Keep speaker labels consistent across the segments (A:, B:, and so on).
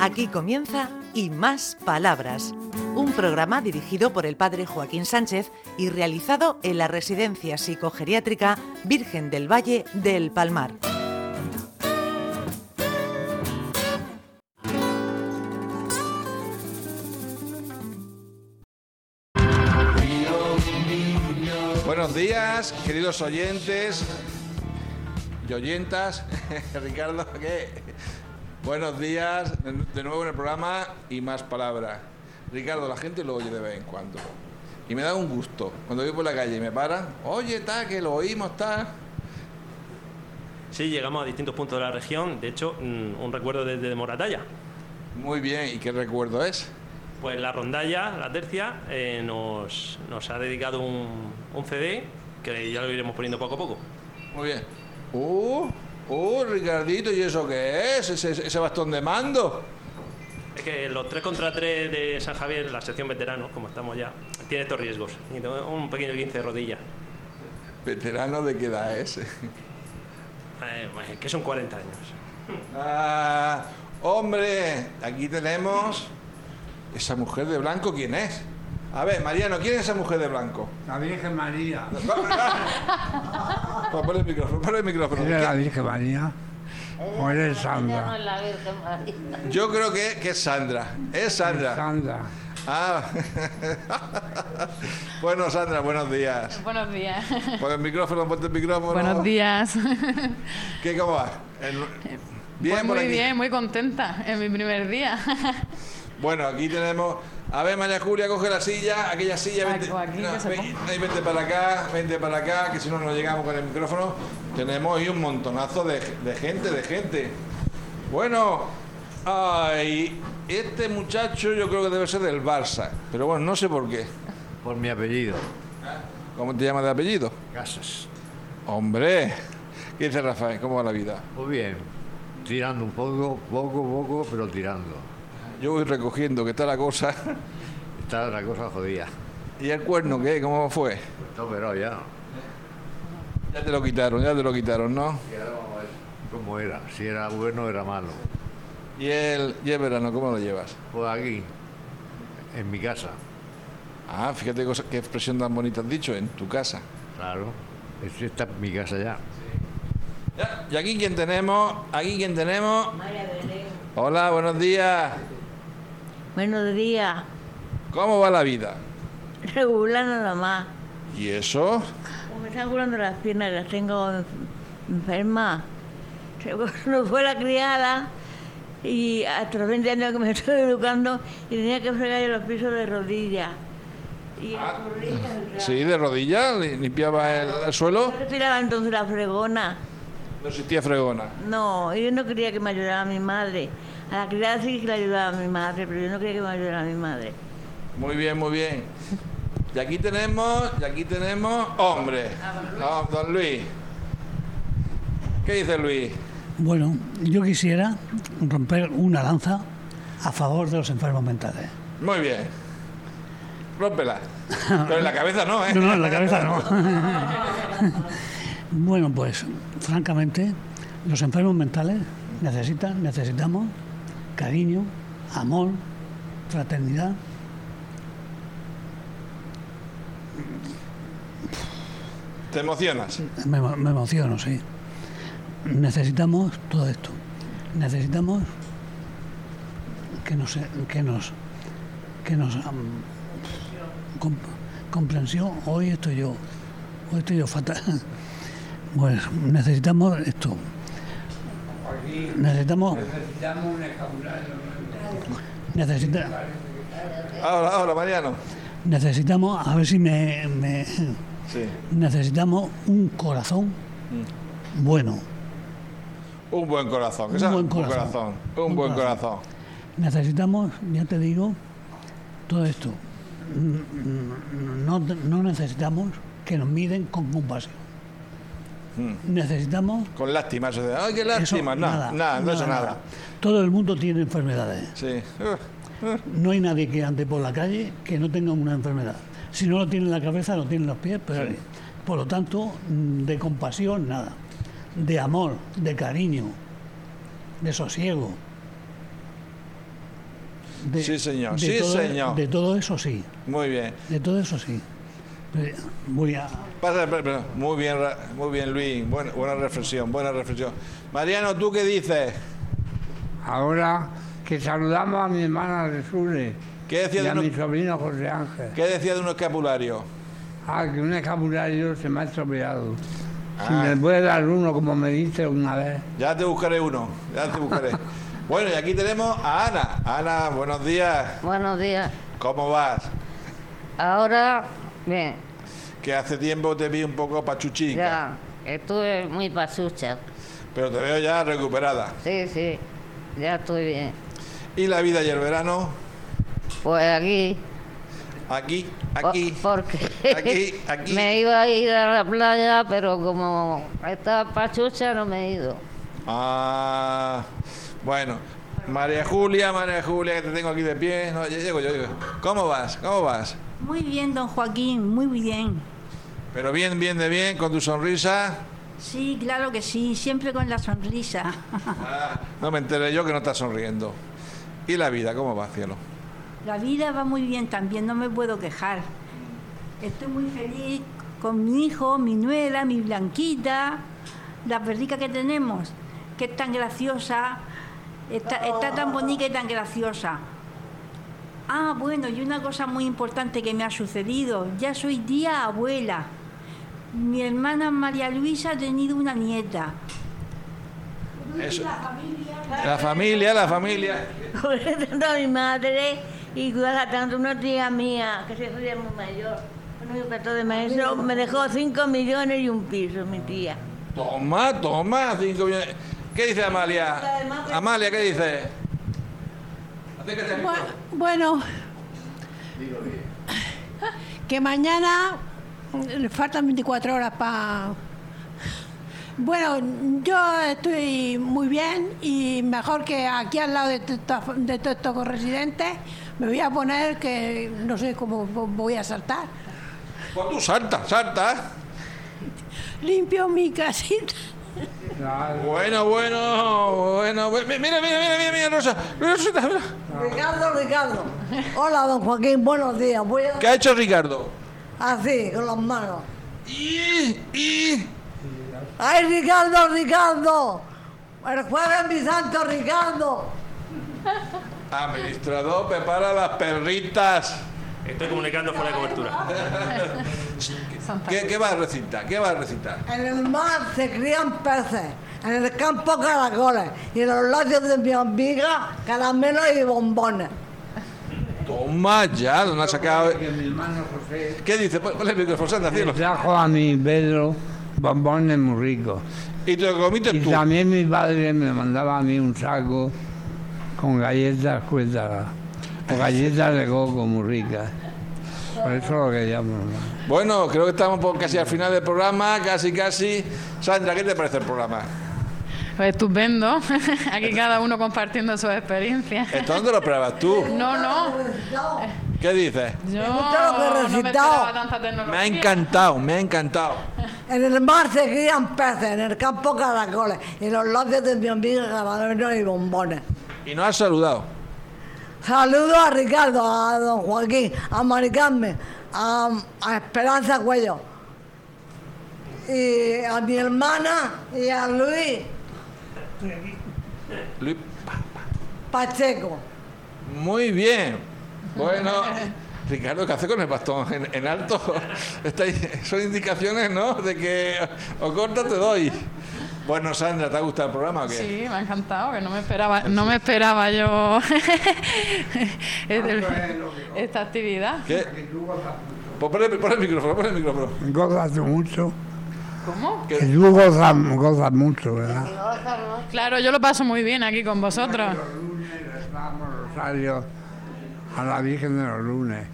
A: Aquí comienza Y Más Palabras, un programa dirigido por el padre Joaquín Sánchez y realizado en la Residencia Psicogeriátrica Virgen del Valle del Palmar.
B: Buenos días, queridos oyentes y oyentas. Ricardo, ¿qué? Buenos días, de nuevo en el programa y más palabras. Ricardo, la gente lo oye de vez en cuando. Y me da un gusto. Cuando voy por la calle y me paran, oye, está, que lo oímos, tal.
C: Sí, llegamos a distintos puntos de la región. De hecho, mm, un recuerdo desde Moratalla.
B: Muy bien, ¿y qué recuerdo es?
C: Pues la rondalla, la tercia, eh, nos, nos ha dedicado un, un CD que ya lo iremos poniendo poco a poco.
B: Muy bien. ¡Uh! ¡Uh, Ricardito! ¿Y eso qué es? Ese, ese bastón de mando.
C: Es que los 3 contra 3 de San Javier, la sección veteranos, como estamos ya, tiene estos riesgos. Y tengo un pequeño 15 de rodilla.
B: ¿Veterano de qué edad es?
C: Eh, pues, que son 40 años.
B: Ah, hombre, aquí tenemos. ¿Esa mujer de blanco quién es? A ver, Mariano, ¿quién es esa mujer de blanco?
D: La Virgen María.
B: Pa- Pon el micrófono, pon el micrófono.
D: ¿Eres la Virgen María? ¿O eres
E: No,
D: Sandra?
E: la Virgen María.
B: Yo creo que, que es Sandra. Es Sandra.
D: Sandra.
B: Ah. bueno, Sandra, buenos días.
F: Buenos días.
B: Pon el micrófono, ponte el micrófono.
F: Buenos días.
B: ¿Qué, cómo va? El- Bien,
F: Pues
B: por
F: muy
B: aquí.
F: bien, muy contenta. Es mi primer día.
B: Bueno, aquí tenemos. A ver, María Julia, coge la silla, aquella silla, vente,
F: Saco aquí, que se
B: ven- ahí, vente para acá, vente para acá, que si no, no llegamos con el micrófono. Tenemos ahí un montonazo de, de gente, de gente. Bueno, ay, este muchacho yo creo que debe ser del Barça, pero bueno, no sé por qué.
G: Por mi apellido.
B: ¿Cómo te llamas de apellido?
G: Casas.
B: Hombre, ¿qué dice Rafael? ¿Cómo va la vida?
G: Muy bien. Tirando un poco, poco, poco, pero tirando.
B: Yo voy recogiendo, que está la cosa.
G: Está la cosa jodida.
B: ¿Y el cuerno qué? ¿Cómo fue?
G: Está operado ya.
B: Ya te lo quitaron, ya te lo quitaron, ¿no?
G: Y ahora vamos a ver cómo era. Si era bueno o era malo.
B: ¿Y el, y el verano, cómo lo llevas?
G: Pues aquí, en mi casa.
B: Ah, fíjate cosa- qué expresión tan bonita has dicho, en tu casa.
G: Claro. Es- Esta es mi casa ya.
B: Ya, Y aquí quien tenemos, aquí quien tenemos. Hola, buenos días.
E: Buenos días.
B: ¿Cómo va la vida?
E: Regular nada más.
B: ¿Y eso?
E: Me están curando las piernas, las tengo en- enfermas. No fue la criada y hasta los 20 años que me estoy educando y tenía que fregar yo los pisos de rodillas. Y las rodillas,
B: Sí, de rodillas, li- limpiaba el, el suelo,
E: Yo le tiraba entonces la fregona.
B: no existía fregona.
E: No, yo no quería que me ayudara mi madre. A la criada sí que la ayudaba mi madre, pero yo no quería que me ayudara mi madre.
B: Muy bien, muy bien. Y aquí tenemos, y aquí tenemos, hombre, Ah, don Luis. ¿Qué dice Luis?
H: Bueno, yo quisiera romper una lanza a favor de los enfermos mentales.
B: Muy bien. Rómpela. Pero en la cabeza no, ¿eh?
H: No, no, en la cabeza no. bueno, pues francamente, los enfermos mentales necesitan, necesitamos cariño, amor, fraternidad.
B: Te emocionas.
H: Me, emo- me emociono, sí. Necesitamos todo esto. Necesitamos que nos que nos que nos am, com- comprensión. Hoy estoy yo, hoy estoy yo fatal. Pues necesitamos esto. Necesitamos
D: Necesitamos un escapulario.
H: necesita,
B: Ahora, ahora, Mariano.
H: necesitamos a ver si me- me
B: Sí.
H: necesitamos un corazón bueno.
B: Un buen corazón.
H: Un
B: esa-
H: buen corazón.
B: Un,
H: Un
B: buen corazón.
H: corazón. Necesitamos, ya te digo, todo esto. Mm, mm, No, no necesitamos que nos miren con compasión. Necesitamos
B: Con lástima. eso de, Ay, qué
H: eso,
B: Hmm. lástima. no, nada, no es nada.
H: Todo el mundo tiene enfermedades.
B: Sí.
H: No hay nadie que ande por la calle que no tenga una enfermedad. Si no lo tiene en la cabeza, lo tiene en los pies. Pero, Por lo tanto, mm, de compasión, nada. De amor, de cariño, de sosiego. de-
B: Sí, señor.
H: de
B: Sí,
H: todo- e-
B: señor.
H: De todo eso sí,
B: Muy bien.
H: de todo eso sí. Eh, Voy a...
B: Pasa, pasa, pasa. Muy bien, Ra- muy bien, Luis. Buena, buena reflexión, buena reflexión. Mariano, ¿tú qué dices?
D: Ahora que saludamos a mi hermana Resune
B: ¿Qué decía
D: y
B: de
D: a mi
B: unos,
D: sobrino José Ángel.
B: ¿qué decía de un escapulario?
D: Ah, que un escapulario se me ha estropeado. Si
B: Ah.
D: me puede dar uno, como me diste una vez.
B: Ya te buscaré uno, ya te buscaré. bueno, y aquí tenemos a Ana. Ana, buenos días.
I: Buenos días.
B: ¿Cómo vas?
I: Ahora, bien,
B: Que hace tiempo te vi un poco pachuchica,
I: ya estuve muy pasucha.
B: pero te veo ya recuperada.
I: Sí, sí, ya estoy bien.
B: ¿Y la vida y el verano?
I: Pues aquí,
B: Aquí,
I: po-
B: aquí.
I: porque
B: aquí, aquí.
I: me iba a ir a la playa, pero como estaba pachucha no me he ido.
B: Ah, bueno. María Julia, María Julia, que te tengo aquí de pie. No, yo llego, yo llego. ¿Cómo vas? ¿Cómo vas?
J: Muy bien, don Joaquín, muy bien.
B: Pero bien, bien, de bien, con tu sonrisa.
J: Sí, claro que sí, siempre con la sonrisa.
B: Ah, No me enteré yo que no estás sonriendo. ¿Y la vida? ¿Cómo va, cielo?
J: La vida va muy bien también, no me puedo quejar. Estoy muy feliz con mi hijo, mi nuera, mi blanquita, la perrica que tenemos, que es tan graciosa, está, está
E: Oh.
J: tan bonita y tan graciosa. Ah, bueno, y una cosa muy importante que me ha sucedido, ya soy día abuela. Mi hermana María Luisa ha tenido una nieta.
B: Eso. La familia, la familia.
E: Joder, tanto a mi madre y cuidaba tanto una tía mía que se fue muy mayor. Bueno, yo trató de maestro, me dejó 5 millones y un piso, mi tía.
B: Toma, toma, cinco millones. ¿Qué dice Amalia? Amalia, ¿qué dice? Acércate al micro.
K: Bueno, que mañana mm, le faltan 24 horas para... Bueno, yo estoy muy bien y mejor que aquí al lado de todos estos- de todos estos residentes me voy a poner que no sé cómo vo- voy a saltar.
B: Pues tú salta, salta.
K: Limpio mi casita.
B: Bueno, bueno, bueno. bu- Mira, mira, mira, mira, mira, Rosa. Rosita, mira.
L: Ricardo, Ricardo. Hola, don Joaquín, buenos días. Voy a-
B: ¿Qué ha hecho Ricardo?
L: así, con las manos.
B: Y, y.
L: ¡Ay, Ricardo, Ricardo! El jueves mi santo, Ricardo.
B: Administrador, prepara las perritas.
C: Estoy comunicando fuera de cobertura.
B: ¿Qué, qué va a recitar? ¿Qué va a recitar?
L: En el mar se crían peces, en el campo caracoles y en los labios de mi amiga caramelos y bombones.
B: Toma ya, donde ha sacado. ¿Qué dice? Pon- Ponle el micrófono, Sandra,
D: Le
B: cielo.
D: trajo a mi Pedro bombones muy ricos.
B: Y te lo comiste
D: Y
B: tú.
D: también mi padre me mandaba a mí un saco con galletas cuétalas, o galletas de coco muy ricas. Por eso lo que llamo.
B: Bueno, creo que estamos por casi al final del programa, casi, casi. Sandra, ¿qué te parece el programa?
F: Pues estupendo. Aquí cada uno compartiendo sus experiencias.
B: ¿Esto dónde lo pruebas tú?
F: No, no.
B: ¿Qué dices?
F: Yo
L: gusta lo que he
F: no me
L: recitado.
F: esperaba tanta tecnología.
B: Me ha encantado, me ha encantado.
L: En el mar se crían peces, en el campo caracoles y en los labios de mi amiga caramelos y bombones.
B: Y no has saludado.
L: Saludo a Ricardo, a don Joaquín, a Mari Carmen, a, a Esperanza Cuello, y a mi hermana y a Luis
B: Luis,
L: Pacheco.
B: Muy bien. Bueno, Ricardo, ¿qué hace con el bastón en, en alto? Está ahí- son indicaciones, ¿no? De que o corta o te doy. Bueno, Sandra, ¿te ha gustado el programa o qué?
F: Sí, me ha encantado, que no me esperaba, no me esperaba yo el- esta actividad.
B: ¿Qué? Pues pon el, pon el micrófono, pon el micrófono.
D: Gozas mucho.
F: ¿Cómo?
D: Que tú gozas, gozas mucho, ¿verdad?
F: Claro, yo lo paso muy bien aquí con vosotros.
D: Rosario a la Virgen de los Lunes.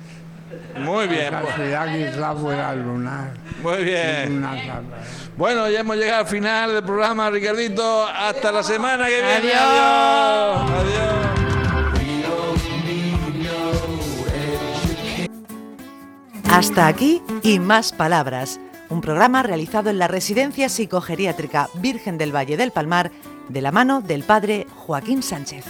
B: Muy bien,
D: La
B: pues,
D: ciudad que está fuera lunar.
B: muy bien.
D: Una santa.
B: Bueno, ya hemos llegado al final del programa, Ricardito. Hasta la semana que viene.
F: Adiós.
B: Adiós. Adiós.
A: Hasta aquí Y Más Palabras, un programa realizado en la Residencia Psicogeriátrica Virgen del Valle del Palmar de la mano del padre Joaquín Sánchez.